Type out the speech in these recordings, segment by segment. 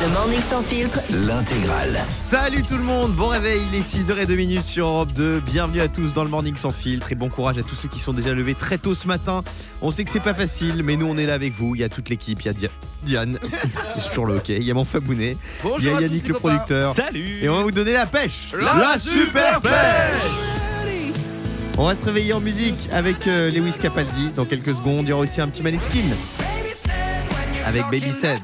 Le Morning Sans Filtre, l'intégrale. Salut tout le monde, bon réveil, il est 6h02 sur Europe 2. Bienvenue à tous dans le Morning Sans Filtre et bon courage à tous ceux qui sont déjà levés très tôt ce matin. On sait que c'est pas facile, mais nous on est là avec vous. Il y a toute l'équipe, il y a Dia- Diane, j'ai toujours le hockey, il y a mon Fabounet, il y a Yannick le producteur. Salut Et on va vous donner la pêche La super pêche On va se réveiller en musique avec euh, Lewis Capaldi dans quelques secondes. Il y aura aussi un petit Maneskin. Avec Baby Said.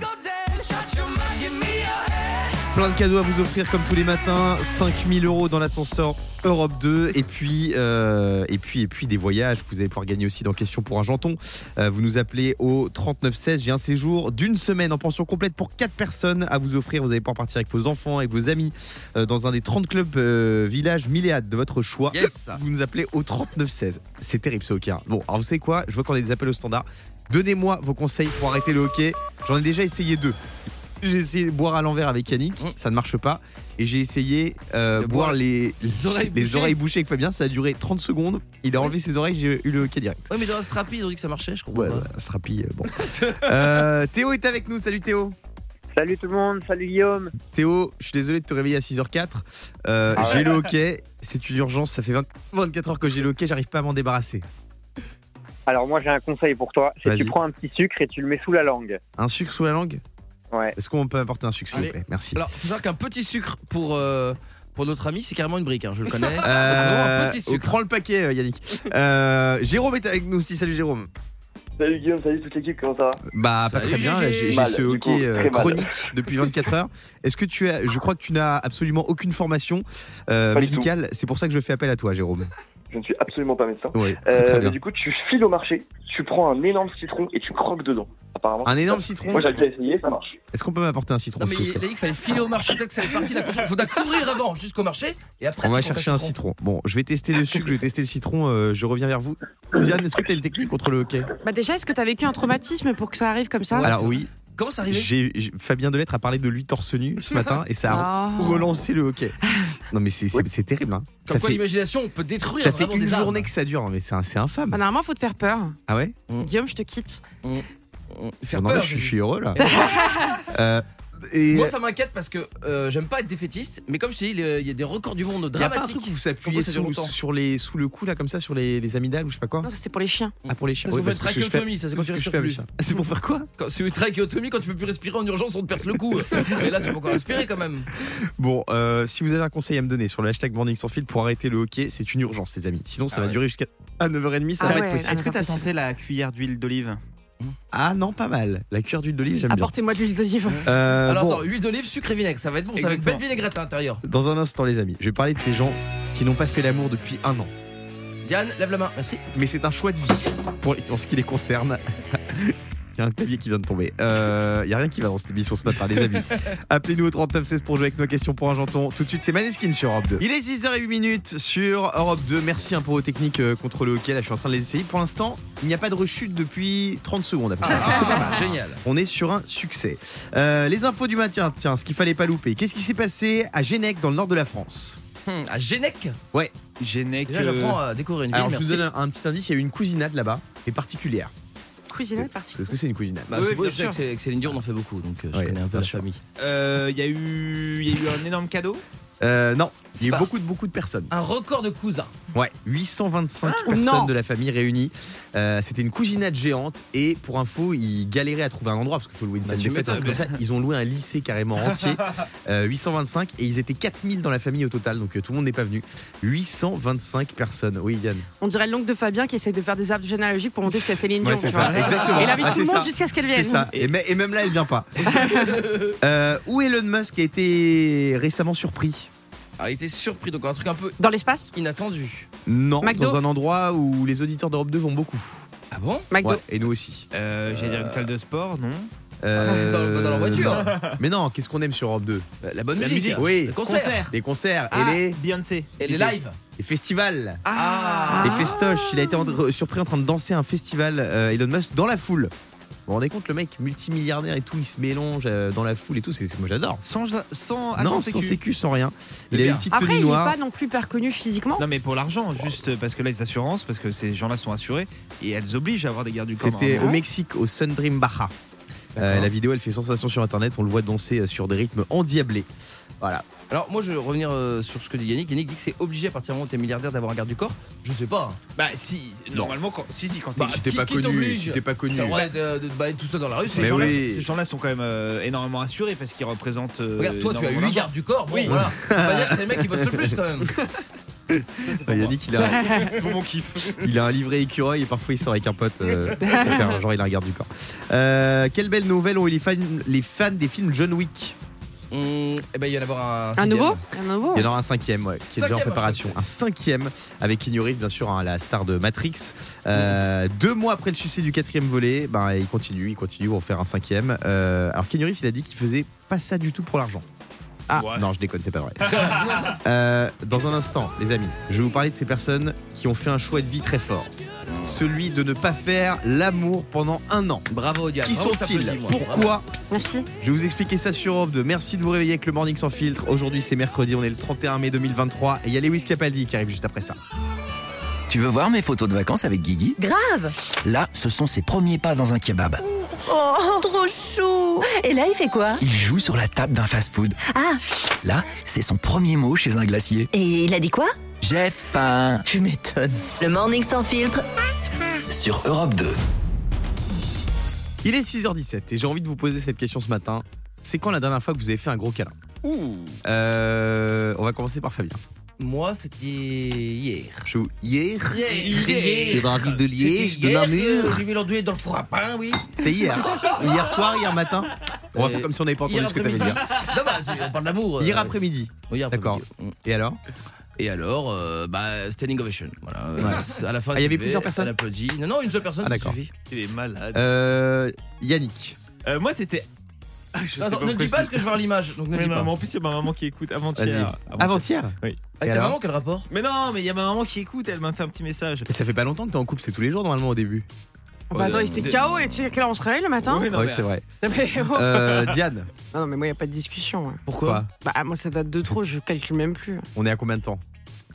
Plein de cadeaux à vous offrir comme tous les matins. 5000 euros dans l'ascenseur Europe 2. Et puis, euh, et puis, et puis des voyages que vous allez pouvoir gagner aussi dans Question pour un janton. Euh, vous nous appelez au 3916. J'ai un séjour d'une semaine en pension complète pour 4 personnes à vous offrir. Vous allez pouvoir partir avec vos enfants, avec vos amis euh, dans un des 30 clubs euh, villages milléades de votre choix. Yes Vous nous appelez au 3916. C'est terrible ce hockey. hein. Bon, alors vous savez quoi Je vois qu'on a des appels au standard. Donnez-moi vos conseils pour arrêter le hockey. J'en ai déjà essayé deux. J'ai essayé de boire à l'envers avec Yannick, Mm. ça ne marche pas. Et j'ai essayé euh, De boire boire les, Les oreilles les bouchées. oreilles bouchées avec Fabien. Ça a duré 30 secondes. Il a enlevé ses oreilles, j'ai eu le hockey direct. Ouais, mais dans Strapi, ils ont dit que ça marchait, je comprends Ouais, pas. ouais, Strapi, euh, bon. Euh, Théo est avec nous, salut Théo. Salut tout le monde, salut Guillaume. Théo, je suis désolé de te réveiller à 6h04. Euh, j'ai le hockey, c'est une urgence, ça fait 20 24 heures que j'ai le hockey, j'arrive pas à m'en débarrasser. Alors moi j'ai un conseil pour toi, c'est que Vas-y. tu prends un petit sucre et tu le mets sous la langue. Un sucre sous la langue Ouais. Est-ce qu'on peut apporter un sucre s'il vous Allez. plaît Merci. Alors, faut savoir qu'un petit sucre pour, euh, pour notre ami, c'est carrément une brique, hein, je le connais. Euh, Vraiment un petit oh, sucre. prends le paquet, euh, Yannick. Euh, Jérôme est avec nous aussi. Salut Jérôme. Salut Guillaume, salut toute l'équipe, comment ça va Bah, pas Salut, très bien. Gégé. J'ai j'ai Mal, ce du hockey coup, euh, très mal. chronique depuis 24 heures. Est-ce que tu as. Je crois que tu n'as absolument aucune formation euh, Pas du médicale. C'est pour ça que je fais appel à toi, Jérôme. Je ne suis absolument pas médecin. Oui, Euh, très, très mais bien. du coup, tu files au marché, tu prends un énorme citron et tu croques dedans. Apparemment. Un énorme Moi citron. j'avais déjà essayé, ça marche. Est-ce qu'on peut m'apporter un citron Non, mais s'il vous il plaît il a dit qu'il fallait filer au marché dès que ça fait partie de la consommation. Faut d'accord courir avant jusqu'au marché et après. On tu va prends chercher ta un citron. Bon, je vais tester le sucre, je vais tester le citron. euh, je reviens vers vous. Diane, est-ce que tu as une technique contre le hockey Bah déjà, est-ce que t'as vécu un traumatisme pour que ça arrive comme ça Ouais, Alors c'est oui, Comment ça arrivé j'ai j'ai- Fabien Delettre a parlé de lui torse nu ce matin et ça a Oh. relancer le hockey. Non mais c'est c'est- c'est terrible. Hein. Comme Ça quoi fait, l'imagination, on peut détruire. ça fait vraiment une des armes. Ah journée que ça dure, hein, mais c'est un- c'est Bah, infâme. normalement, faut te faire peur. Ah ouais Guillaume, je te quitte. Faire Non, mais peur. je, j'ai je dit. suis heureux là. Euh, et Moi, ça m'inquiète parce que euh, j'aime pas être défaitiste, mais comme je te dis, le- il y a des records du monde y a pas un dramatiques. truc où vous Comment s'appuyez ça dure sous, longtemps sur les, sous le cou là comme ça, sur les, les amygdales ou je sais pas quoi Non, ça, c'est pour les chiens. Ah pour les chiens. Parce oui, qu'on fait une parce que je fais- trachéotomie, ça c'est c'est quand ce tu que je respires fais avec plus. les chiens. C'est pour faire quoi Quand- C'est une trachéotomie quand tu peux plus respirer en urgence, on te perce le cou. Mais là, tu peux encore respirer quand même. Bon, euh, si vous avez un conseil à me donner sur le hashtag Morning Sans Fil pour arrêter le hockey, c'est une urgence, les amis. Sinon, ça Ah va ouais. durer jusqu'à à 9h30, ça Ah va ouais, être possible. ah Est-ce que t'as tenté la cuillère d'huile d'olive Ah non, pas mal. La cuillère d'huile d'olive, Ah, j'aime bien. Apportez-moi de l'huile d'olive. Euh, Alors bon. attends, huile d'olive, sucre et vinaigre, ça va être bon, ça va être Exactement. belle vinaigrette à l'intérieur. Dans un instant, les amis, je vais parler de ces gens qui n'ont pas fait l'amour depuis un an. Diane, lève la main, merci. Mais c'est un choix de vie pour les- en ce qui les concerne. Il y a un clavier qui vient de tomber. Euh, Il y a rien qui va dans cette émission ce matin, les amis. Appelez-nous au 3916 pour jouer avec nos questions pour un janton. Tout de suite, c'est Maneskin sur Europe 2. Il est 6h08 minutes sur Europe 2. Merci un peu aux techniques euh, contre le hockey. Là, je suis en train de les essayer. Pour l'instant, il n'y a pas de rechute depuis 30 secondes. à peu près. Donc, c'est pas mal. Ah, Génial. On est sur un succès. Euh, les infos du matin, tiens, ce qu'il fallait pas louper. Qu'est-ce qui s'est passé à Génèque dans le nord de la France Hum, à Génèque, Gêné que. déjà j'apprends à découvrir une ville. euh, Alors je vous merci. donne un, un petit indice, il y a eu une cousinade là-bas, mais particulière. Cuisinade C'est ce particulière. que c'est une cousinade Bah, Oui, c'est beau, bien je sais sûr. que c'est- que Céline Dion on en fait beaucoup, donc euh, je Ouais, connais un peu bien la sûr. famille. Euh, Il y, a eu- il y a eu un énorme cadeau. Euh, non, il y a eu pas- Ah. beaucoup de beaucoup de personnes. Un record de cousins. Ouais, 825 personnes non. de la famille réunies. Euh, C'était une cousinade géante et pour info, ils galéraient à trouver un endroit parce qu'il faut louer une Bah, salle tu de fête un truc comme ça. Ils ont loué un lycée carrément entier, Euh, 825 et ils étaient 4000 dans la famille au total, donc euh, tout le monde n'est pas venu. 825 personnes. Oui, Yann. On dirait l'oncle de Fabien qui essaie de faire des arbres généalogiques pour montrer que c'est Céline Dion. Ouais, c'est tu vois. ça, exactement. Et il invite Ah, tout c'est le ça. monde jusqu'à ce qu'elle C'est vienne. ça. Et, me- et même là, il vient pas. Euh, où Elon Musk a été récemment surpris Alors il était surpris, donc un truc un peu Dans l'espace inattendu. Non, McDo. dans un endroit où les auditeurs d'Europe 2 vont beaucoup. Ah bon McDo. Ouais, et nous aussi. Euh, J'allais dire une salle de sport, non Euh, Dans- dans la voiture. non. Mais non, qu'est-ce qu'on aime sur Europe 2 Euh, La bonne La musique. musique. Oui. Le concert. Les concerts Ah. et les, Beyoncé. Et les lives. les festivals. Ah. Les festoches. Il a été en- surpris en train de danser à un festival, euh, Elon Musk, dans la foule. Vous vous rendez compte, le mec multimilliardaire et tout, il se mélange euh, dans la foule et tout. C'est c'est- moi j'adore. Sans, sans Non, agent sans sécu. sécu, sans rien. Il Eh a eu bien. une petite Après, tenue il n'est noire. pas non plus hyper connu physiquement. Non mais pour l'argent, juste parce que là les assurances, parce que ces gens-là sont assurés et elles obligent à avoir des gardes du corps. hein. C'était normalement. au Mexique, au Sundream Baja. Euh, la vidéo, elle fait sensation sur Internet. On le voit danser euh, sur des rythmes endiablés. Voilà. Alors moi je veux revenir euh, sur ce que dit Yannick. Yannick dit que c'est obligé à partir du moment où t'es milliardaire d'avoir un garde du corps. Je sais pas. hein. Bah si, normalement quand si si quand Bah, Si t'es qui- pas qui connu, t'oblige si t'es pas connu. T'as le droit de, de te balader tout seul dans la rue. ces, c'est- Mais gens-là oui. sont- ces gens-là sont quand même euh, énormément assurés parce qu'ils représentent. euh, Regarde, toi tu as énormément 8 gardes du corps. Bon, Oui. voilà. On va dire que c'est le mec qui bosse le plus quand même. Bah, Il a dit qu'il a, il a un livret écureuil et parfois il sort avec un pote euh, pour faire genre il a un garde du corps. Euh, quelle belle nouvelle ont eu les fans, les fans des films John Wick. Hum, eh ben il va y en avoir un. Un sixième. nouveau Un nouveau Il y en aura un cinquième, ouais, qui est déjà en Cinquième, préparation. Un cinquième avec Keanu Reeves, bien sûr, hein, la star de Matrix. Euh, Deux mois après le succès du quatrième volet, ben, il continue, il continue pour en faire un cinquième. Euh, alors Keanu Reeves, il a dit qu'il faisait pas ça du tout pour l'argent. Ah Ouais. non, je déconne, c'est pas vrai. Euh, dans un instant, les amis, je vais vous parler de ces personnes qui ont fait un choix de vie très fort. Celui de ne pas faire l'amour pendant un an. Bravo Yannick. Qui sont-ils Pourquoi Merci. je vais vous expliquer ça sur Europe 2. Merci de vous réveiller avec le Morning sans filtre. Aujourd'hui, c'est mercredi, on est le 31 mai 2023 et il y a Lewis Capaldi qui arrive juste après ça. Tu veux voir mes photos de vacances avec Guigui Grave Là, ce sont ses premiers pas dans un kebab. Oh, trop chou Et là, il fait quoi Il joue sur la table d'un fast-food. Ah, Là, c'est son premier mot chez un glacier. et il a dit quoi J'ai hein faim Tu m'étonnes. Le Morning sans filtre sur Europe 2. Il est 6h17 et j'ai envie de vous poser cette question ce matin. C'est quand la dernière fois que vous avez fait un gros câlin Euh, On va commencer par Fabien. Moi c'était hier. Je vous- Hier Hier, C'était dans la ville de Liège, de Hier, Namur. euh, J'ai mis l'andouillé dans le four à pain, oui. C'est hier. Hier soir, hier matin. On va Euh, faire comme si on n'avait pas entendu Hier ce que t'avais après-midi. dit. Non, bah, tu- on parle d'amour. euh, Hier après-midi. oui, hier D'accord. après-midi. Hum. Et alors Et alors, euh, bah, standing ovation. Voilà. À la fin, c'est Ah, il y avait levé, plusieurs personnes Elle applaudit. Non, non, une seule personne, Ah, ça d'accord. suffit. Il est malade. Euh, Yannick. Euh, moi c'était. Ah, je sais Attends, ne pourquoi dis pas je parce que je vais voir l'image. Donc ne dis- Mais dis pas. maman, en plus, il y a ma maman qui écoute Vas-y. avant-hier. Avant-hier Avec Et ta alors maman, quel rapport Mais non, mais il y a ma maman qui écoute, elle m'a fait un petit message. Mais ça fait pas longtemps que t'es en couple, c'est tous les jours normalement au début. Bah, attends, il était KO et tu sais à quelle heure on se réveille le matin Euh, Ouais, non, ouais, mais- c'est vrai. Non, Euh, Diane. mais moi, il n'y a pas de discussion. hein. Pourquoi Bah, moi, ça date de trop, je calcule même plus. hein. On est à combien de temps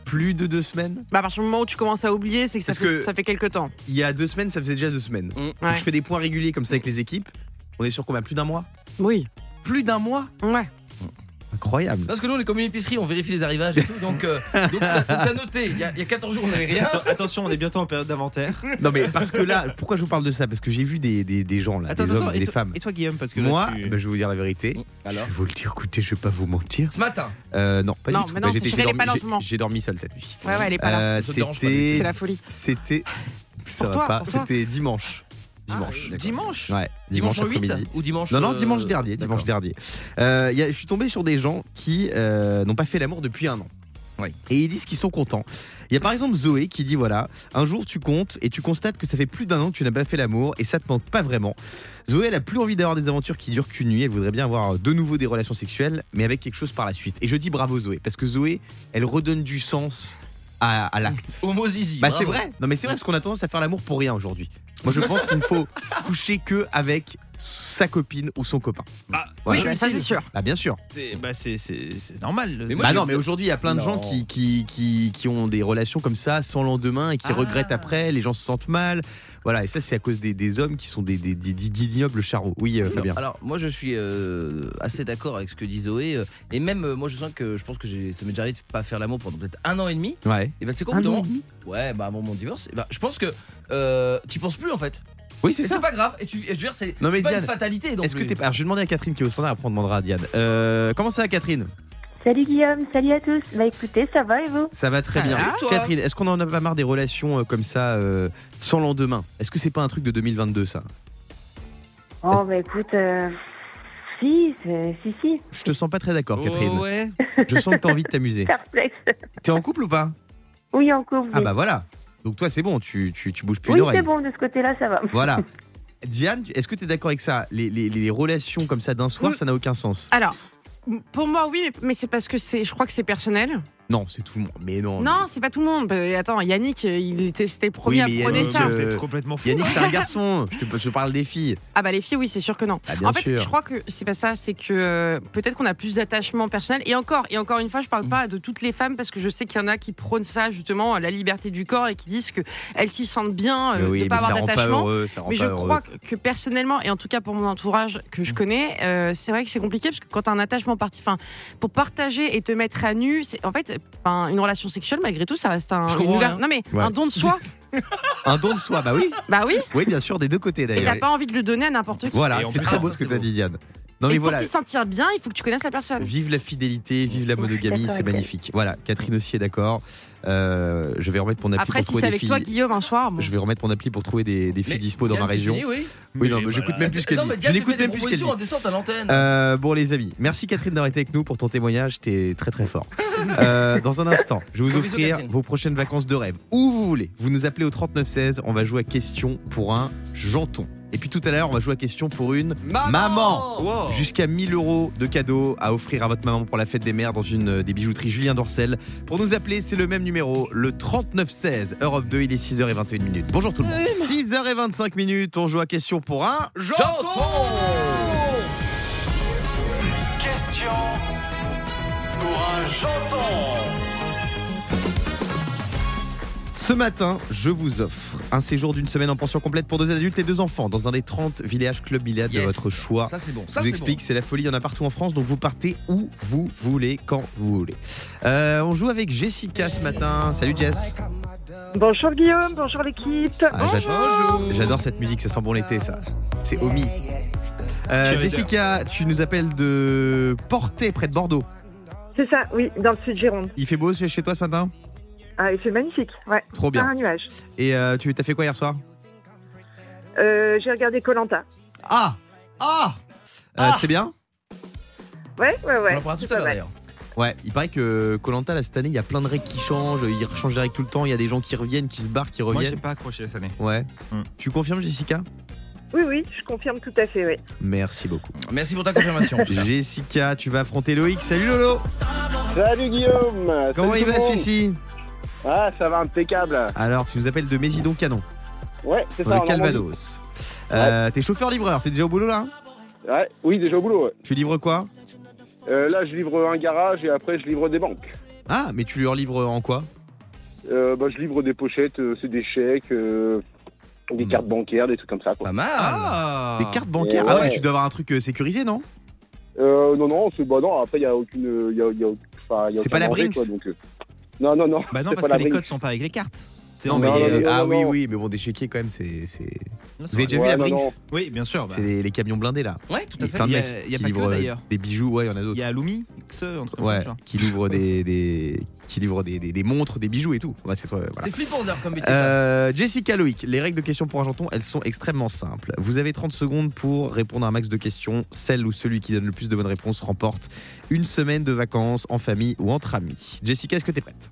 Plus de deux semaines Bah, à partir du moment où tu commences à oublier, c'est que ça, Parce fait, que- ça fait quelques temps. Il y a deux semaines, ça faisait déjà deux semaines. Mm. Donc Ouais. je fais des points réguliers comme ça avec les équipes. On est sur combien Plus d'un mois Oui. Plus d'un mois Ouais. Incroyable. Parce que nous, on est comme une épicerie, on vérifie les arrivages et tout. Donc, euh, donc t'as donc t'as noté, il y, a il y a 14 jours, on n'avait rien. Atten- Attention, on est bientôt en période d'inventaire. Non mais parce que là, pourquoi je vous parle de ça Parce que j'ai vu des, des, des gens là, Attends, des attends, hommes et et des toi- femmes. Et toi, Guillaume, parce que là, Moi, tu- bah, je vais vous dire la vérité. Alors Je vais vous le dire, écoutez, je vais pas vous mentir. Ce matin, Euh, non, pas Non, du tout. mais non, Bah, c'est j'étais- chez j'ai elle, dormi- pas dans ce j'ai- moment. j'ai dormi seul cette nuit. Ouais, ouais, elle est pas là. Euh, Ça te dérange pas, C'est C'était, la folie. c'était, ça Pour va toi, pas. pour toi. C'était dimanche, dimanche, oui. Dimanche Ah, ouais, dimanche, dimanche en 8 après-midi. ou dimanche Non, non, euh, dimanche dernier. Dimanche dernier. Euh, il y a- je suis tombé sur des gens qui euh, n'ont pas fait l'amour depuis un an. Oui. Et ils disent qu'ils sont contents. Il y a par exemple Zoé qui dit voilà, un jour tu comptes et tu constates que ça fait plus d'un an que tu n'as pas fait l'amour et ça te manque pas vraiment. Zoé, elle a plus envie d'avoir des aventures qui durent qu'une nuit. Elle voudrait bien avoir de nouveau des relations sexuelles, mais avec quelque chose par la suite. Et je dis bravo Zoé, parce que Zoé, elle redonne du sens à, à l'acte. Homo zizi. Bah bravo. c'est vrai. Non mais c'est vrai parce qu'on a tendance à faire l'amour pour rien aujourd'hui. Moi je pense qu'il ne faut coucher que avec sa copine ou son copain. Ah, Voilà. Oui, ça, c'est sûr. Bah bien sûr. C'est bah, c'est- c'est- c'est normal. Mais moi, bah j'ai- non, mais aujourd'hui il y a plein de gens qui, qui, qui, qui ont des relations comme ça sans lendemain et qui Ah. regrettent après, les gens se sentent mal. Voilà, et ça c'est à cause des, des hommes qui sont des, des, des, des- des ignobles charros. Oui, euh, Non, Fabien. Alors moi je suis euh, assez d'accord avec ce que dit Zoé euh, et même euh, moi je sens que je pense que j'ai- ça m'est déjà arrivé de pas faire l'amour pendant peut-être un an et demi Ouais. et ben c'est quoi au bout d'un Un an et moment- demi ouais bah avant mon divorce et ben, je pense que euh, tu penses plus en fait Oui, et c'est c'est ça. pas grave et tu et je veux dire c'est Non, mais c'est pas Diane, une fatalité donc Est-ce que t'es pas. Alors, je vais demander à Catherine qui est au standard, après on demandera à Diane. Euh, comment ça va, Catherine Salut Guillaume, salut à tous. Bah écoutez, ça va et vous Ça va très Ça bien. va, toi Catherine, est-ce qu'on en a pas marre des relations euh, comme ça euh, sans lendemain Est-ce que c'est pas un truc de 2022 ça Ah, Oh bah écoute, euh, si, c'est- si, si, Je te sens pas très d'accord, Oh, Catherine. Oh, ouais. Je sens que t'as envie de t'amuser. perplexe. T'es en couple ou pas Oui en couple. Ah oui. bah voilà. Donc toi c'est bon, tu, tu, tu bouges plus oui une oreille. c'est bon, de ce côté-là ça va. Voilà. Diane, est-ce que tu es d'accord avec ça les, les- les relations comme ça d'un soir, Oui. ça n'a aucun sens. Alors, pour moi, oui, mais c'est parce que c'est, je crois que c'est personnel. Non, c'est tout le monde. Mais Oh, non. Non, c'est pas tout le monde. Bah, attends, Yannick, euh, il était, c'était le premier mais à prôner Yannick, ça. euh, Vous êtes complètement fou. Yannick, c'est un garçon. Je, te- je parle des filles. Ah bah les filles, oui, c'est sûr que non. Ah, bien en fait, sûr. je crois que c'est pas ça, c'est que euh, peut-être qu'on a plus d'attachement personnel. Et encore, et encore une fois, je Mm. parle pas de toutes les femmes parce que je sais qu'il y en a qui prônent ça justement, la liberté du corps et qui disent que elles s'y sentent bien euh, Mais oui, de mais pas avoir ça rend pas d'attachement. heureux, ça rend Mais je pas heureux. Mm. crois que, que personnellement, et en tout cas pour mon entourage que je connais, euh, c'est vrai que c'est compliqué parce que quand t'as un attachement parti, enfin, pour partager et te mettre à nu, c'est en fait, enfin, une relation sexuelle malgré tout, ça reste un, Je comprends une rien. non mais Ouais. un don de soi. Un don de soi, bah oui. bah oui. Oui, bien sûr, des deux côtés Et t'as d'ailleurs. pas envie de le donner à n'importe qui. Voilà, Et en c'est plus, très ça, beau ce que c'est tu as beau. dit, Diane. Non, et mais pour voilà. t'y sentir bien, il faut que tu connaisses la personne. Vive la fidélité, vive la Ouais, je suis monogamie, d'accord c'est avec elle. magnifique. Voilà, Catherine aussi est d'accord. Euh, je vais remettre mon appli Après, pour si trouver des c'est avec filles. toi, Guillaume, un soir, bon. Je vais remettre mon appli pour trouver des, des filles Mais dispo dans ma Diane, tu région. finis, oui. Euh, Oui, non, mais j'écoute même plus ce qu'elle Non, dit. mais Je Diane, tu n'écoute fais des même plus ce qu'elle dit. propositions en descente à l'antenne. Euh, bon les amis, merci Catherine d'avoir été avec nous pour ton témoignage, t'es très très fort. Euh, dans un instant, je vais vous Gros bisous, offrir Catherine. vos prochaines vacances de rêve, où vous voulez. Vous nous appelez au 3916, on va jouer à question pour un janton. Et puis tout à l'heure, on va jouer à question pour une maman. Wow. Oh. Jusqu'à 1000 euros de cadeaux à offrir à votre maman pour la fête des mères dans une euh, des bijouteries Julien Dorcel. Pour nous appeler, c'est le même numéro, le 3916 Europe 2, il est 6h21 minutes. Bonjour tout le monde. 6h25 minutes, on joue à question pour un J'entends Question pour un janton. Ce matin, je vous offre un séjour d'une semaine en pension complète pour deux adultes et deux enfants dans un des 30 villages club Milad de Yes. votre choix. Ça, c'est bon. je Ça, vous c'est bon. explique, c'est la folie, il y en a partout en France, donc vous partez où vous voulez, quand vous voulez. Euh, on joue avec Jessica ce matin. Salut Jess. Bonjour Guillaume, bonjour l'équipe. Ah, j'a- J'adore cette musique, ça sent bon l'été ça. C'est Omi. Euh, Tu es Jessica, tu nous appelles de Portée, près de Bordeaux. C'est ça, oui, dans le sud Gironde. Il fait beau chez chez toi ce matin Ah, et c'est magnifique, ouais. Trop Pas bien. un nuage. Et euh, tu t'as fait quoi hier soir Euh, J'ai regardé Colanta. Ah Ah, Euh, C'était bien Ouais, ouais, On ouais. en parlera tout c'est pas à l'heure mal. d'ailleurs. Ouais, il paraît que Colanta là cette année, il y a plein de règles qui changent, ils changent les règles tout le temps, il y a des gens qui reviennent, qui se barrent, qui Moi, j'ai reviennent. pas accroché cette année. ouais. Hmm. Tu confirmes Jessica Oui, oui, je confirme tout à fait, oui. Merci beaucoup. Merci pour ta confirmation. en tout cas. Jessica, tu vas affronter Loïc. Salut Lolo. Salut Guillaume Comment Salut il tout va le monde. celui-ci Ah, ça va impeccable Alors, tu nous appelles de Mésidon Canon, Ouais, c'est dans ça. le en Calvados. Euh, T'es chauffeur livreur, t'es déjà au boulot là hein Normandie. Ouais, oui, déjà au boulot. ouais. Tu livres quoi Euh, là, je livre un garage et après, je livre des banques. Ah, mais tu leur livres en quoi Euh, bah, je livre des pochettes, euh, c'est des chèques, euh, des Hmm. cartes bancaires, des trucs comme ça. Quoi. Pas mal. Ah Des cartes bancaires Eh ouais. Ah ouais, tu dois avoir un truc euh, sécurisé, non Euh, non, non, c'est bah non. Après, il y a aucune, il y a, il y a, enfin, il y a C'est aucun pas la danger, Brinks quoi, donc, euh, Non, non, non. Bah non, c'est parce pas la que les Brinks. codes sont pas avec les cartes. C'est euh, Non, non, non, non, ah non, oui, non. oui, mais bon, des chéquiers quand même, c'est. c'est- Non, Vous avez déjà Ouais, vu la non, Brinks non. Oui, bien sûr. bah, C'est les, les camions blindés là. Ouais, tout Il y à a fait. plein de Il y a- mecs il y a qui pas que eux, livrent euh, d'ailleurs. des bijoux, ouais, il y en a d'autres. Il y a Lumi, Xe, un truc comme Ouais, ça, genre. qui livre des, des- qui livre des, des- des montres, des bijoux et tout. Ouais, c'est toi, euh, voilà. C'est flippant d'ailleurs comme métier. ça. Euh, Jessica Loïc, les règles de questions pour un janton, elles sont extrêmement simples. Vous avez 30 secondes pour répondre à un max de questions. Celle ou celui qui donne le plus de bonnes réponses remporte une semaine de vacances en famille ou entre amis. Jessica, est-ce que t'es prête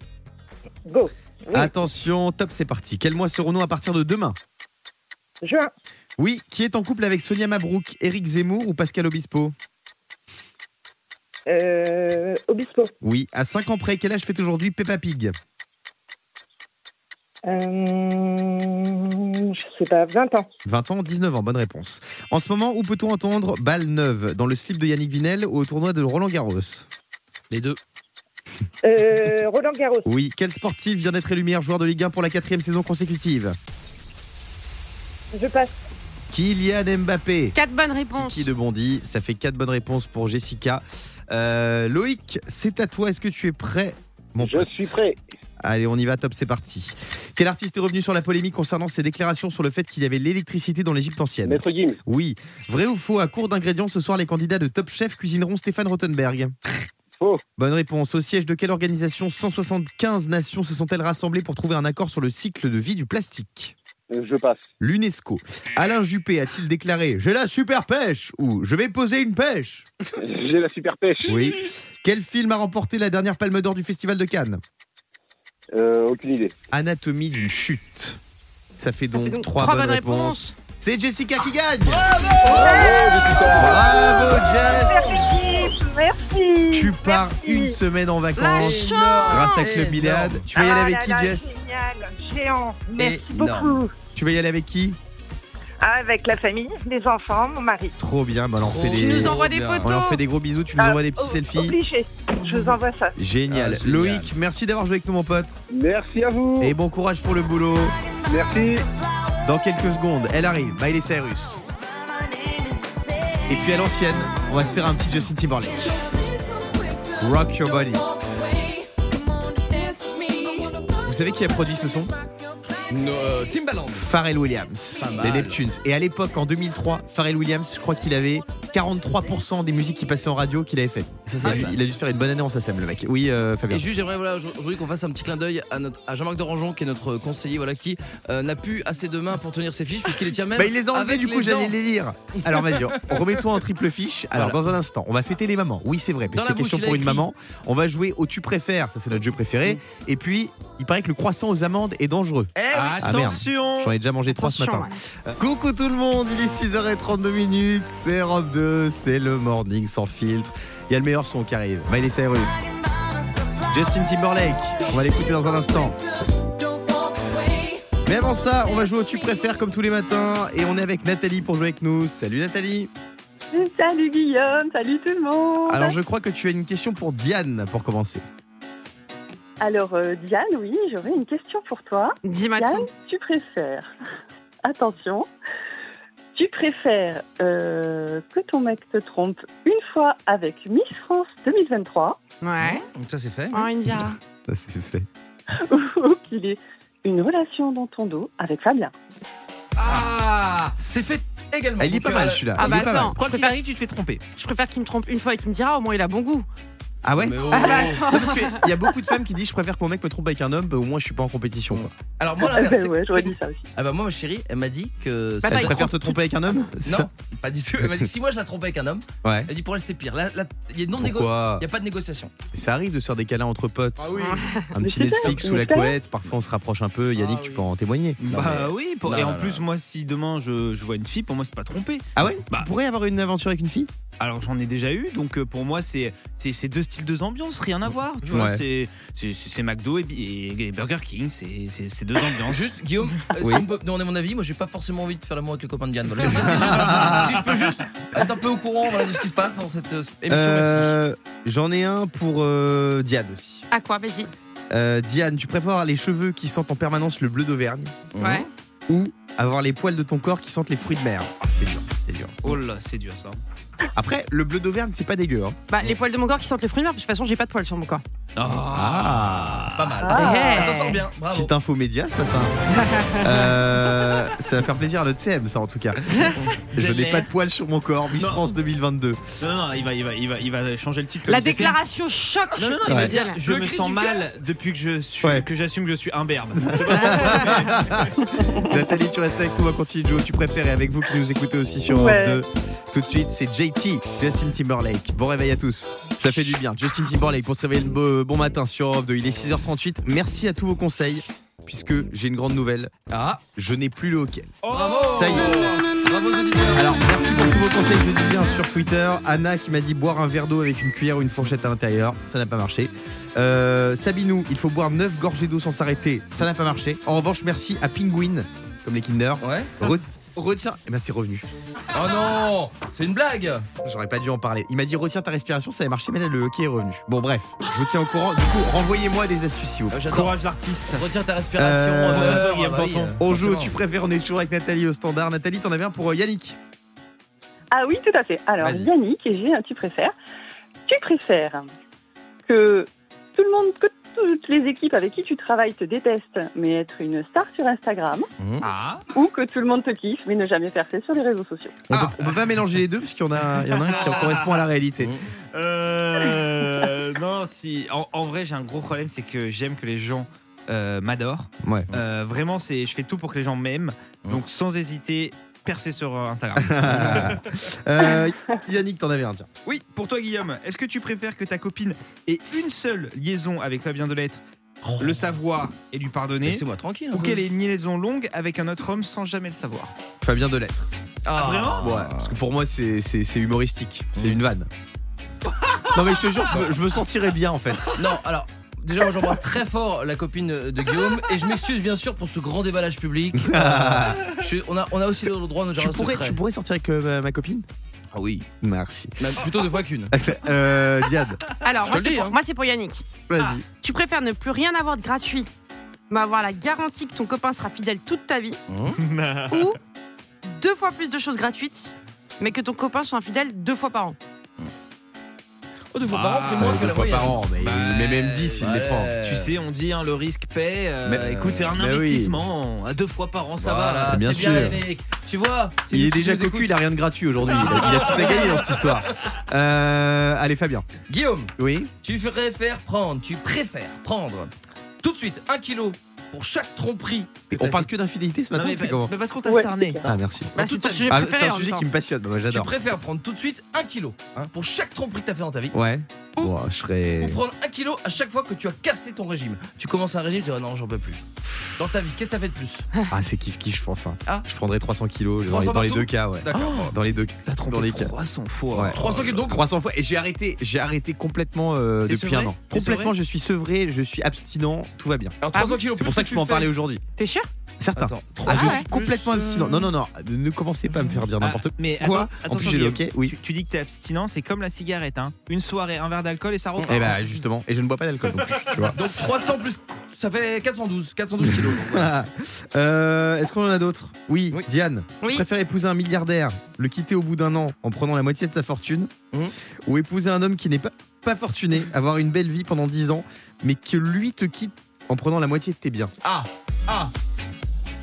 Go. Oui. Attention, top, c'est parti. Quel mois serons-nous à partir de demain Juin, Oui, qui est en couple avec Sonia Mabrouk, Éric Zemmour ou Pascal Obispo euh, Obispo. Oui, à 5 ans près, quel âge fait aujourd'hui Peppa Pig Euh, je sais pas, 20 ans. 20 ans, 19 ans, bonne réponse. En ce moment, où peut-on entendre Balle neuve Dans le slip de Yannick Vinel ou au tournoi de Roland Garros Les deux. Euh, Roland Garros. Oui, quel sportif vient d'être élu meilleur joueur de Ligue 1 pour la quatrième saison consécutive Je passe. Kylian Mbappé. Quatre bonnes réponses. Qui de Bondy, ça fait 4 bonnes réponses pour Jessica. Euh, Loïc, c'est à toi, est-ce que tu es prêt mon Je pote suis prêt. Allez, on y va, top, c'est parti. Quel artiste est revenu sur la polémique concernant ses déclarations sur le fait qu'il y avait l'électricité dans l'Égypte ancienne Maître Guim, Oui. Vrai ou faux À court d'ingrédients, ce soir, les candidats de Top Chef cuisineront Stéphane Rottenberg. Faux. Bonne réponse. Au siège de quelle organisation 175 nations se sont-elles rassemblées pour trouver un accord sur le cycle de vie du plastique euh, je passe. L'UNESCO. Alain Juppé a-t-il déclaré J'ai la super pêche ou Je vais poser une pêche J'ai la super pêche. Oui. Quel film a remporté la dernière palme d'or du Festival de Cannes Euh, aucune idée. Anatomie d'une chute. Ça fait donc, Donc, trois, bonnes, réponses. réponses. C'est Jessica qui gagne Bravo, Jessica. Bravo Jess Merci, merci. Tu pars Merci. une semaine en La vacances chance grâce à Club Milad. Tu vas y aller avec Ah qui, là là, Jess Génial, géant. Merci Énorme. beaucoup. Ah, Tu vas y aller avec qui Avec la famille, les enfants, mon mari. Trop bien, bah, alors on fait Tu des... nous envoies des photos. On leur fait des gros bisous, tu nous Ah, envoies des petits oh, selfies. Obligé. Je vous envoie ça. Génial. Ah, génial. Loïc, merci d'avoir joué avec nous, mon pote. Merci à vous. Et bon courage pour le boulot. Merci. Dans quelques secondes, elle arrive, Miley Cyrus. Et puis à l'ancienne, on va se faire un petit Justin Timberlake. Rock Your Body. Vous savez qui a produit ce son euh, Timbaland. Pharrell Williams, Pas mal. les Neptunes. Et à l'époque, en 2003, Pharrell Williams, je crois qu'il avait 43% des musiques qui passaient en radio qu'il avait faites. Ça, ça il, a dû, passe. il a dû se faire une bonne année en SACEM, le mec. Oui, euh, Ah, bah. Fabien. Et juste, j'aimerais voilà, aujourd'hui qu'on fasse un petit clin d'œil à, notre- à Jean-Marc Dorangeon, qui est notre conseiller, voilà, qui euh, n'a plus assez de mains pour tenir ses fiches, puisqu'il les tient même. Bah, il les a enlevés, avec du coup, dents. j'allais les lire. Alors, vas-y, remets-toi en triple fiche. Alors, dans un instant, on va fêter les mamans. Oui, c'est vrai, parce Dans que la bouche, question il a pour une écrit. maman. On va jouer au tu préfères, ça c'est notre jeu préféré. Et puis, il paraît que le croissant aux amandes est dangereux. Eh Ah, merde. Attention J'en ai déjà mangé trois ce Attention, matin. Euh, Coucou tout le monde, il est 6h32 minutes, c'est Europe 2, c'est le morning sans filtre. Il y a le meilleur son qui arrive. Miley Cyrus, Justin Timberlake, on va l'écouter dans un instant. Mais avant ça, on va jouer au tu préfères comme tous les matins et on est avec Nathalie pour jouer avec nous. Salut Nathalie. Salut Guillaume, salut tout le monde. Alors je crois que tu as une question pour Diane pour commencer. Alors, euh, Diane, oui, j'aurais une question pour toi. Dis-moi Diane, tu préfères, attention, tu préfères euh, que ton mec te trompe une fois avec Miss France 2023 Ouais. Oh, Donc, ça, c'est fait. Ça c'est fait. ou qu'il ait une relation dans ton dos avec Fabien Ah C'est fait également. euh, Il est pas mal celui-là. Ah Il bah est pas attends, mal. je préfère, tu te fais tromper. Je préfère qu'il me trompe une fois et qu'il me dira au moins il a bon goût. Ah ouais oh. Ah bah attends. Non, parce qu'il y a beaucoup de femmes qui disent je préfère que mon mec me trompe avec un homme, bah, au moins je suis pas en compétition. Quoi. Alors, moi, Ah, la bah, ouais, Euh, j'aurais dit ça aussi. Ah, bah, moi, ma chérie, elle m'a dit que. Elle préfère te tromper avec un homme C'est Bah, Non, ça pas du tout. Elle m'a dit si moi je la trompais avec un homme, Ouais. elle dit pour elle c'est pire. Là, là, il y a non négo- Pourquoi il y a pas de négociation. Ça arrive de se faire des câlins entre potes. Ah oui. Un Mais petit c'est ça, Netflix sous mais la c'est ça. couette, parfois on se rapproche un peu. Yannick, tu peux en témoigner. Bah oui, pour- Non, et non, en non. plus, moi, si demain je, je vois une fille, pour moi, c'est pas trompé. Ah ouais Bah, Tu pourrais avoir une aventure avec une fille alors j'en ai déjà eu, donc euh, pour moi, c'est c'est c'est deux styles, deux ambiances, rien à voir. Tu vois, Ouais. c'est- c'est c'est- c'est McDo et, Bi- et- et Burger King, c'est c'est- c'est deux Hein ambiances. Juste, Guillaume, euh, Oui. si on peut demander mon avis, moi j'ai pas forcément envie de faire l'amour avec le copain de Diane. Voilà, je- si, je, peux juste être un peu au courant voilà, de ce qui se passe dans cette euh, émission. Euh, J'en ai un pour euh, Diane aussi. À quoi, vas-y. Euh, Diane, tu préfères avoir les cheveux qui sentent en permanence le bleu d'Auvergne Mm. Ouais. ou avoir les poils de ton corps qui sentent les fruits de mer Ah, C'est dur, c'est dur. Oh là, c'est dur ça. Après, le bleu d'Auvergne, c'est pas dégueu. hein. Bah les poils de mon corps qui sentent les fruits de mer, parce que de toute façon j'ai pas de poils sur mon corps. Ah. Pas mal. Ah. Elle s'en sort bien, bravo. Petite info média ce matin. Euh, ça va faire plaisir à notre CM, ça en tout cas. Je n'ai pas de poils sur mon corps, Miss Non. France 2022. Non, non, non, il va, il va, il va, il va changer le titre. comme La il s'est fait. déclaration choc. Non, non, non, il Ouais. va dire je Le me cri sens du mal depuis que je suis, que j'assume que je suis imberbe. Nathalie, tu restes avec nous, on va continuer de jouer au tu préfères et avec vous qui nous écoutez aussi sur Ouais. Europe 2. Tout de suite, c'est JT, Justin Timberlake. Bon réveil à tous. Ça fait du bien. Justin Timberlake pour se réveiller le beau- bon matin sur Europe 2. Il est 6h38. Merci à tous vos conseils puisque j'ai une grande nouvelle. Ah, je n'ai plus le hockey. Oh. Bravo Ça y est. Bravo aux auditeurs. Alors, merci pour tous vos conseils, je le dis bien sur Twitter. Anna qui m'a dit boire un verre d'eau avec une cuillère ou une fourchette à l'intérieur, ça n'a pas marché. Euh, Sabinou, il faut boire 9 gorgées d'eau sans s'arrêter, ça n'a pas marché. En revanche, merci à Penguin, comme les Kinder. Ouais. retiens. Eh ben, c'est revenu. Oh non C'est une blague Euh, J'aurais pas dû en parler. Il m'a dit retiens ta respiration, ça a marché, mais là le hockey est revenu. Bon, bref, je vous tiens au courant. Du coup, renvoyez-moi des astuces si vous plaît. Courage l'artiste. Retiens ta respiration. Euh, euh, Guillaume ah bah oui, Planton. euh, On joue, au forcément. tu préfères, on est toujours avec Nathalie au standard. Nathalie, t'en avais un pour euh, Yannick. Ah oui, tout à fait. Alors, Vas-y. Yannick, et j'ai un tu préfères. Tu préfères que tout le monde, que toutes les équipes avec qui tu travailles te détestent, mais être une star sur Instagram, Ah. ou que tout le monde te kiffe, mais ne jamais percer sur les réseaux sociaux. On, peut, on peut pas mélanger les deux parce qu'il y en a, il y en a un qui correspond à la réalité. Euh, non, si. En, en vrai, j'ai un gros problème, c'est que j'aime que les gens euh, m'adorent. Ouais. Euh, vraiment, c'est, je fais tout pour que les gens m'aiment. Donc, sans hésiter, percer sur euh, Instagram. Euh, Yannick, t'en avais un, tiens. oui, pour toi, Guillaume, est-ce que tu préfères que ta copine ait une seule liaison avec Fabien Delettre le savoir et lui pardonner Laissez-moi tranquille, hein. un ou peu. qu'elle ait une liaison longue avec un autre homme sans jamais le savoir Fabien Delettre. Ah, vraiment Oh. Mm. Ouais, parce que pour moi, c'est c'est- c'est humoristique. C'est une vanne. Non mais je te jure, je me, je me sentirais bien en fait. Non, alors. Déjà, moi j'embrasse très fort la copine de Guillaume et je m'excuse bien sûr pour ce grand déballage public. Euh, je suis- on, a, on a aussi le droit de nos Tu pourrais, tu pourrais sortir avec euh, ma, ma copine Ah oui. Merci. Plutôt deux fois qu'une. Euh, Diane, Alors, Je moi, te c'est le dis, pour, hein. moi, c'est pour Yannick. vas-y. Tu préfères ne plus rien avoir de gratuit, mais avoir la garantie que ton copain sera fidèle toute ta vie, Mmh. ou deux fois plus de choses gratuites, mais que ton copain soit infidèle deux fois par an. Oh, deux fois par an, c'est moins Euh, que deux la fois moyenne. par an, mais, Bah, mais même 10 il les prend. Tu sais, on dit hein, le risque paie. euh, Mais- écoute, c'est un mais oui. investissement. À deux fois par an, ça va. Voilà, Bien c'est bien, sûr. Yannick. Tu vois c'est Il lui est qui déjà nous cocu, écoute. il a rien de gratuit aujourd'hui. Il a, il a tout à gagner dans cette histoire. Euh, allez Fabien. Guillaume, Oui. tu préfères prendre, tu préfères prendre tout de suite un kilo pour chaque tromperie. que On t'as parle que d'infidélité ce Non, matin, mais, c'est pa- comment mais parce qu'on t'a Ouais. cerné. Ah merci. Bah, toute c'est ton ta vie. sujet Ah, préféré. c'est un en sujet même qui me passionne, moi fait. Tu j'adore. préfères prendre tout de suite un kilo hein, pour chaque tromperie que t'as fait dans ta vie. Ouais. Ou- Bon, je serais. Ou prendre un kilo à chaque fois que tu as cassé ton régime. Tu commences un régime, tu dis oh non, j'en peux plus. Dans ta vie, qu'est-ce que t'as fait de plus Ah, c'est kiff kiff, je pense. hein. Ah. Je prendrais 300 kilos dans, les- 300 dans les partout deux cas, ouais. D'accord. Dans les deux. T'as Dans les trompé cas. 300 fois. Ouais. 300 kilos donc 300 fois et j'ai arrêté, j'ai arrêté complètement euh, T'es depuis sevré un an. T'es Complètement, sevré je suis sevré, je suis abstinent, tout va bien. Alors 300 kilos Ah C'est plus pour ça que je tu peux en fais- parler aujourd'hui. T'es sûr Certain. Attends, Ah, je 300 suis plus, complètement euh, abstinent. Non, non, non, ne commencez pas à me faire dire n'importe Ah, mais quoi. attends, attends, en plus, j'ai le Guillaume. ok. Oui. Tu, tu dis que t'es abstinent, c'est comme la cigarette. Hein. Une soirée, un verre d'alcool et ça repart. Et bah, justement, et je ne bois pas d'alcool. non plus, tu vois. Donc 300 plus. Ça fait 412, 412 kilos. donc, ouais. Ah. Euh, Est-ce qu'on en a d'autres oui, Oui. Diane, tu Oui. préfères épouser un milliardaire, le quitter au bout d'un an en prenant la moitié de sa fortune, Mhm. ou épouser un homme qui n'est pas, pas fortuné, avoir une belle vie pendant 10 ans, mais que lui te quitte en prenant la moitié de tes biens Ah, ah,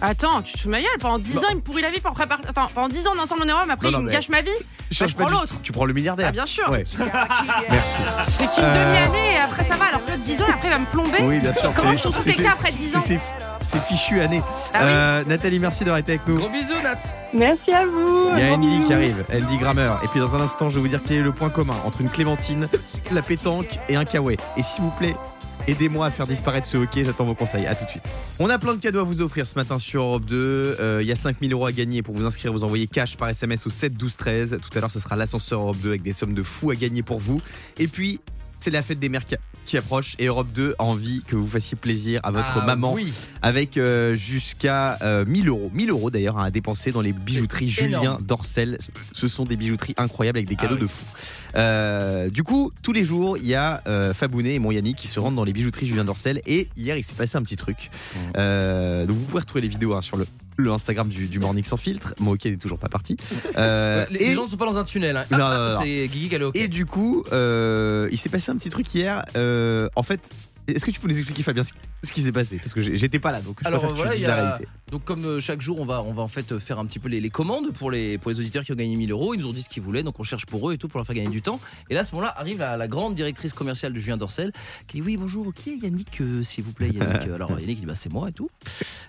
Attends, tu te fous de ma gueule Pendant 10 Bah. ans, il me pourrit la vie pour préparer. Attends, pendant 10 ans, on est ensemble, on est homme, après, Non, non, il me mais- gâche ma vie Je Bah, je prends du- l'autre. Tu prends le milliardaire Ah, bien sûr Ouais. Merci. C'est qu'une Euh. demi-année et après, ça va. Alors que l'autre 10 ans, et après, il va me plomber. Oui, bien sûr. Comment c'est- je trouve tous c'est- les cas après 10 ans C'est c'est fichu année. Ah oui. Euh, Nathalie, merci d'avoir été avec nous. Gros bisous, Nat. Merci à vous. Il y a un grand Andy bisou. qui arrive, Andy Grammer. Et puis dans un instant, je vais vous dire quel est le point commun entre une clémentine, la pétanque et un kawaii. Et s'il vous plaît, aidez-moi à faire disparaître ce hockey, j'attends vos conseils. À tout de suite. On a plein de cadeaux à vous offrir ce matin sur Europe 2. Euh, il y a 5000 euros à gagner pour vous inscrire. Vous envoyez cash par SMS au 7 12 13. Tout à l'heure, ce sera l'ascenseur Europe 2 avec des sommes de fous à gagner pour vous. Et puis, c'est la fête des mères qui- qui approche et Europe 2 a envie que vous fassiez plaisir à votre Ah, maman Oui. avec euh, jusqu'à euh, 1000 euros. 1000 euros d'ailleurs hein, à dépenser dans les bijouteries C'est énorme. Julien Dorcel. Ce- Ce sont des bijouteries incroyables avec des Ah cadeaux oui. de fou. Euh, du coup, tous les jours, il y a euh, Fabounet et mon Yannick qui se rendent dans les bijouteries Julien Dorcel. Et hier, il s'est passé un petit truc. Mmh. Euh, donc vous pouvez retrouver les vidéos hein, sur le, le Instagram du, du Morning sans filtre. Mon hockey n'est toujours pas parti. Euh, Ouais, les, et- les gens ne sont pas dans un tunnel. hein. Non, Hop, non, non, hop, non. C'est Guigui qui allait au et du coup, euh, il s'est passé un petit truc hier. Euh, en fait, est-ce que tu peux nous expliquer, Fabien, ce- ce qui s'est passé Parce que j'ai- j'étais pas là, donc je Alors, préfère que tu voilà, dises il y a- la réalité. Donc comme euh, chaque jour on va on va en fait euh, faire un petit peu les, les commandes pour les pour les auditeurs qui ont gagné 1000 euros ils nous ont dit ce qu'ils voulaient donc on cherche pour eux et tout pour leur faire gagner du temps et là à ce moment-là arrive la, la grande directrice commerciale de Julien Dorcel qui dit oui bonjour qui est Yannick euh, s'il vous plaît Yannick Euh, alors Yannick il dit bah c'est moi et tout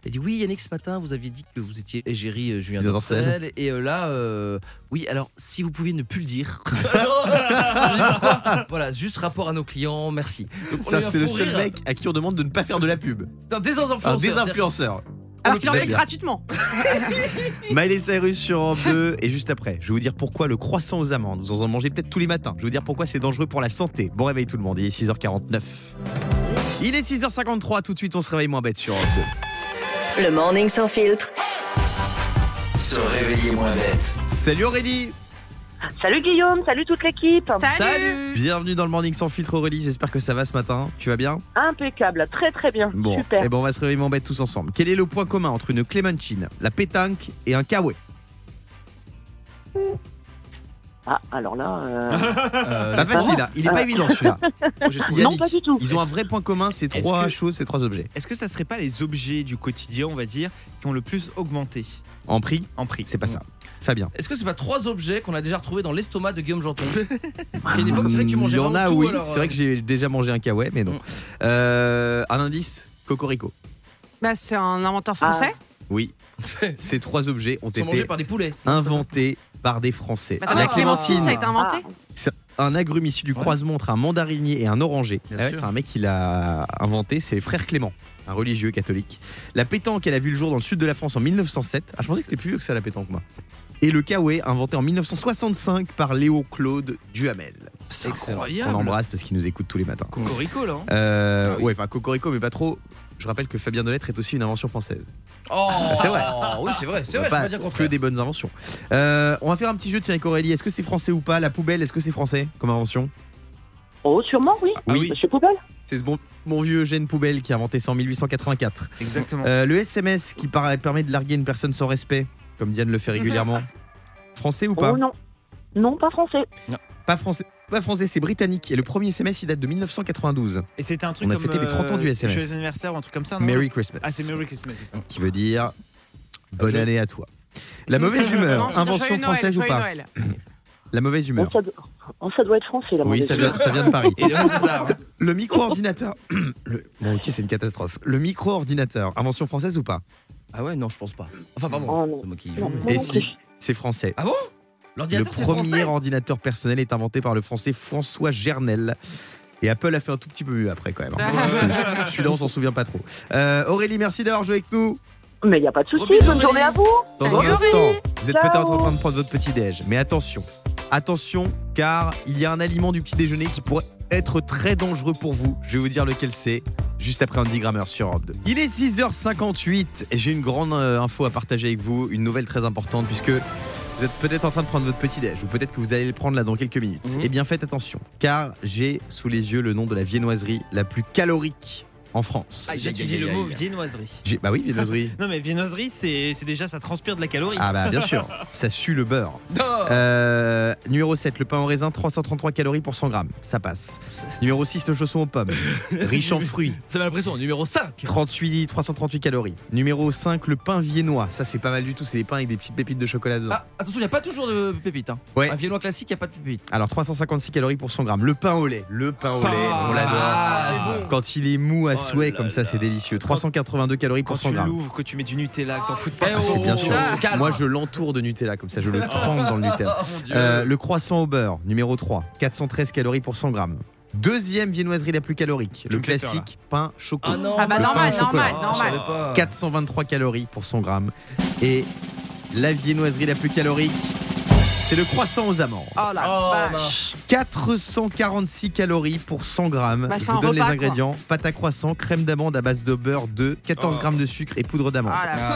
elle dit oui Yannick ce matin vous aviez dit que vous étiez égérie euh, Julien Julien Dorcel, et euh, là euh, oui alors si vous pouviez ne plus le dire Alors, je dis, Pourquoi voilà juste rapport à nos clients merci Donc, on a eu Ça, un C'est le fou seul rire. mec à qui on demande de ne pas faire de la pub. c'est un désinfluenceur Un désinfluenceur. Alors qu'il en Bien. fait gratuitement. Miley Cyrus sur Europe 2. Et juste après, je vais vous dire pourquoi le croissant aux amandes. Vous en mangez peut-être tous les matins. Je vais vous dire pourquoi c'est dangereux pour la santé. Bon réveil tout le monde. Il est 6h49. Il est 6h53. Tout de suite, on se réveille moins bête sur Europe 2. Le morning sans filtre. Se réveiller moins bête. Salut Aurélie. Salut Guillaume, salut toute l'équipe. Salut, Bienvenue dans le Morning sans filtre Aurélie. J'espère que ça va ce matin. Tu vas bien Impeccable, très très bien. Bon. Eh ben- Super. Et bon, on va se réveiller moins bête tous ensemble. Quel est le point commun entre une clémentine, la pétanque et un kawaii Ah, alors là. euh, Pas facile. hein. Il est pas évident celui-là. Non, Yannick, pas du tout. Ils ont un vrai point commun. Ces Est-ce trois que- choses, ces trois objets. Est-ce que ça serait pas les objets du quotidien, on va dire, qui ont le plus augmenté En prix, en prix c'est pas ça. Fabien. Est-ce que c'est pas trois objets qu'on a déjà retrouvés dans l'estomac de Guillaume Janton À une époque, c'est vrai que tu mangeais Il y en vraiment a, tout, oui. alors, euh, C'est vrai que j'ai déjà mangé un kawaii, mais non. Mm. Euh, un indice Cocorico. Bah, c'est un inventeur Ah. français. Oui. Ces trois objets ont Ils sont mangés été par des poulets. inventés par des Français. Bah, attends, la la clémentine, ça a clémentine, Ah. été inventé. un agrume issu du Ouais. croisement entre un mandarinier et un oranger. Bien Ah ouais, sûr. c'est un mec qui l'a inventé, c'est les frères Clément, un religieux catholique. La pétanque, elle a vu le jour dans le sud de la France en 1907. Ah, je pensais que c'était plus vieux que ça, la pétanque, moi. et le Kawe, inventé en 1965 par Léo Claude Duhamel. C'est On incroyable. embrasse parce qu'il nous écoute tous les matins. Cocorico, là. hein. Euh, Ouais, enfin Cocorico, mais pas trop. Je rappelle que Fabien Delettre est aussi une invention française. Oh, Ah, C'est vrai. Oui, c'est vrai, c'est On vrai, je peux va pas pas dire le que contraire. des bonnes inventions. Euh, on va faire un petit jeu, tiens, avec Aurélie. Est-ce que c'est français ou pas La poubelle, est-ce que c'est français comme invention Oh, sûrement, oui. Ah oui. Monsieur Poubelle C'est ce bon, mon vieux Eugène Poubelle qui a inventé ça en 1884. Exactement. Euh, le SMS qui para- permet de larguer une personne sans respect, comme Diane le fait régulièrement. français ou pas Oh non. Non, pas français. Pas français. Pas français, c'est britannique. Et le premier SMS, il date de 1992. Et c'était un truc On a comme, fêté les 30 ans du euh, SMS. Joyeux anniversaire ou un truc comme ça, non Merry Christmas. Ah, c'est Merry Christmas, c'est ça. Qui veut dire bonne Je- année à toi. La mauvaise Non, Ah, humeur, je veux dire invention joyeux Noël, française ou joyeux pas Noël. La mauvaise humeur. Oh, ça, doit- oh, ça doit être français, la Oui, mauvaise ça vient, humeur. ça vient de Paris. hein. Le micro-ordinateur. Le... Bon, ok, c'est une catastrophe. Le micro-ordinateur, invention française ou pas Ah ouais, non, je pense pas. Enfin, pardon. Oh, non. C'est moi qui Non, joue, mais- moi Et non si, plus. c'est français. Ah bon Le L'ordinateur, c'est premier français ordinateur personnel est inventé par le français François Gernel. Et Apple a fait un tout petit peu mieux après, quand même. Je- Bah, Je suis là, on s'en souvient pas trop. Euh, Aurélie, merci d'avoir joué avec nous. Mais il n'y a pas de souci, bonne journée à vous. Dans un Salut. instant, vous êtes Ciao. peut-être en train de prendre votre petit déj, mais attention, attention, car il y a un aliment du petit déjeuner qui pourrait être très dangereux pour vous. Je vais vous dire lequel c'est, juste après Andy Grammer sur Europe 2. Il est 6h58 et j'ai une grande euh, info à partager avec vous, une nouvelle très importante puisque vous êtes peut-être en train de prendre votre petit déj ou peut-être que vous allez le prendre là dans quelques minutes. Mhm. Eh bien faites attention, car j'ai sous les yeux le nom de la viennoiserie la plus calorique en France. J'ai étudié le mot viennoiserie. J'ai- Bah oui, viennoiserie. Non, mais viennoiserie, c'est c'est déjà, ça transpire de la calorie. Ah bah bien sûr, ça sue le beurre. Oh. Euh, numéro 7, le pain en raisin, 333 calories pour 100 grammes, ça passe. Numéro 6, le chausson aux pommes, riche en fruits, Ça m'a l'impression. Numéro 5. 38, 338 calories. Numéro 5, le pain viennois, ça c'est pas mal du tout, c'est des pains avec des petites pépites de chocolat dedans. Ah, attention, il n'y a pas toujours de pépites. Hein. Ouais. Un viennois classique, il n'y a pas de pépites. Alors 356 calories pour 100 grammes. Le pain au lait, le pain au lait, Ah, on l'adore. Ah, c'est bon. Quand il est mou à Oh souhait là comme ça, c'est délicieux. 382 calories Quand pour 100 tu grammes. l'ouvres, que tu mets du Nutella, que t'en fous de pas. Ah, c'est bien sûr. Calme. Moi, je l'entoure de Nutella, comme ça, je le trempe dans le Nutella. Oh, mon Dieu. Euh, le croissant au beurre, numéro 3, 413 calories pour 100 grammes. Deuxième viennoiserie la plus calorique, le me fais peur, classique pain chocolat. Ah non, Ah bah Le pain normal, au chocolat. normal, normal. Ah, je savais pas. 423 calories pour 100 grammes. Et la viennoiserie la plus calorique, c'est le croissant aux amandes. Oh la vache. 446 calories pour 100 grammes. Bah, Je c'est vous un donne les repas, ingrédients pâte à croissant, crème d'amande à base de beurre de 14 Oh. grammes de sucre et poudre d'amande. Ah, la bah,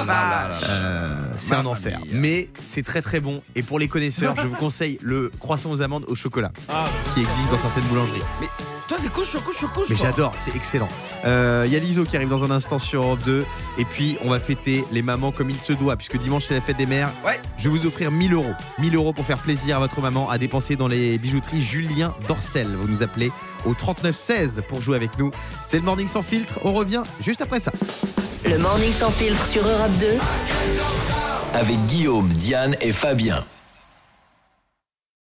Ah, vache. Euh, C'est Ma un enfer. famille. hein. Mais c'est très très bon. Et pour les connaisseurs, je vous conseille le croissant aux amandes au chocolat Ah, qui existe dans certaines boulangeries. Mais toi, c'est couche sur couche sur couche. Mais toi. j'adore, c'est excellent. Euh, Il y a l'ISO qui arrive dans un instant sur Europe 2. Et puis, on va fêter les mamans comme il se doit, puisque dimanche, c'est la fête des mères. Ouais. Je vais vous offrir 1000 euros. 1000 euros pour faire plaisir à votre maman à dépenser dans les bijouteries Julien Dorcel. Vous nous appelez au 3916 pour jouer avec nous. C'est le Morning Sans Filtre. On revient juste après ça. Le Morning Sans Filtre sur Europe 2. Avec Guillaume, Diane et Fabien.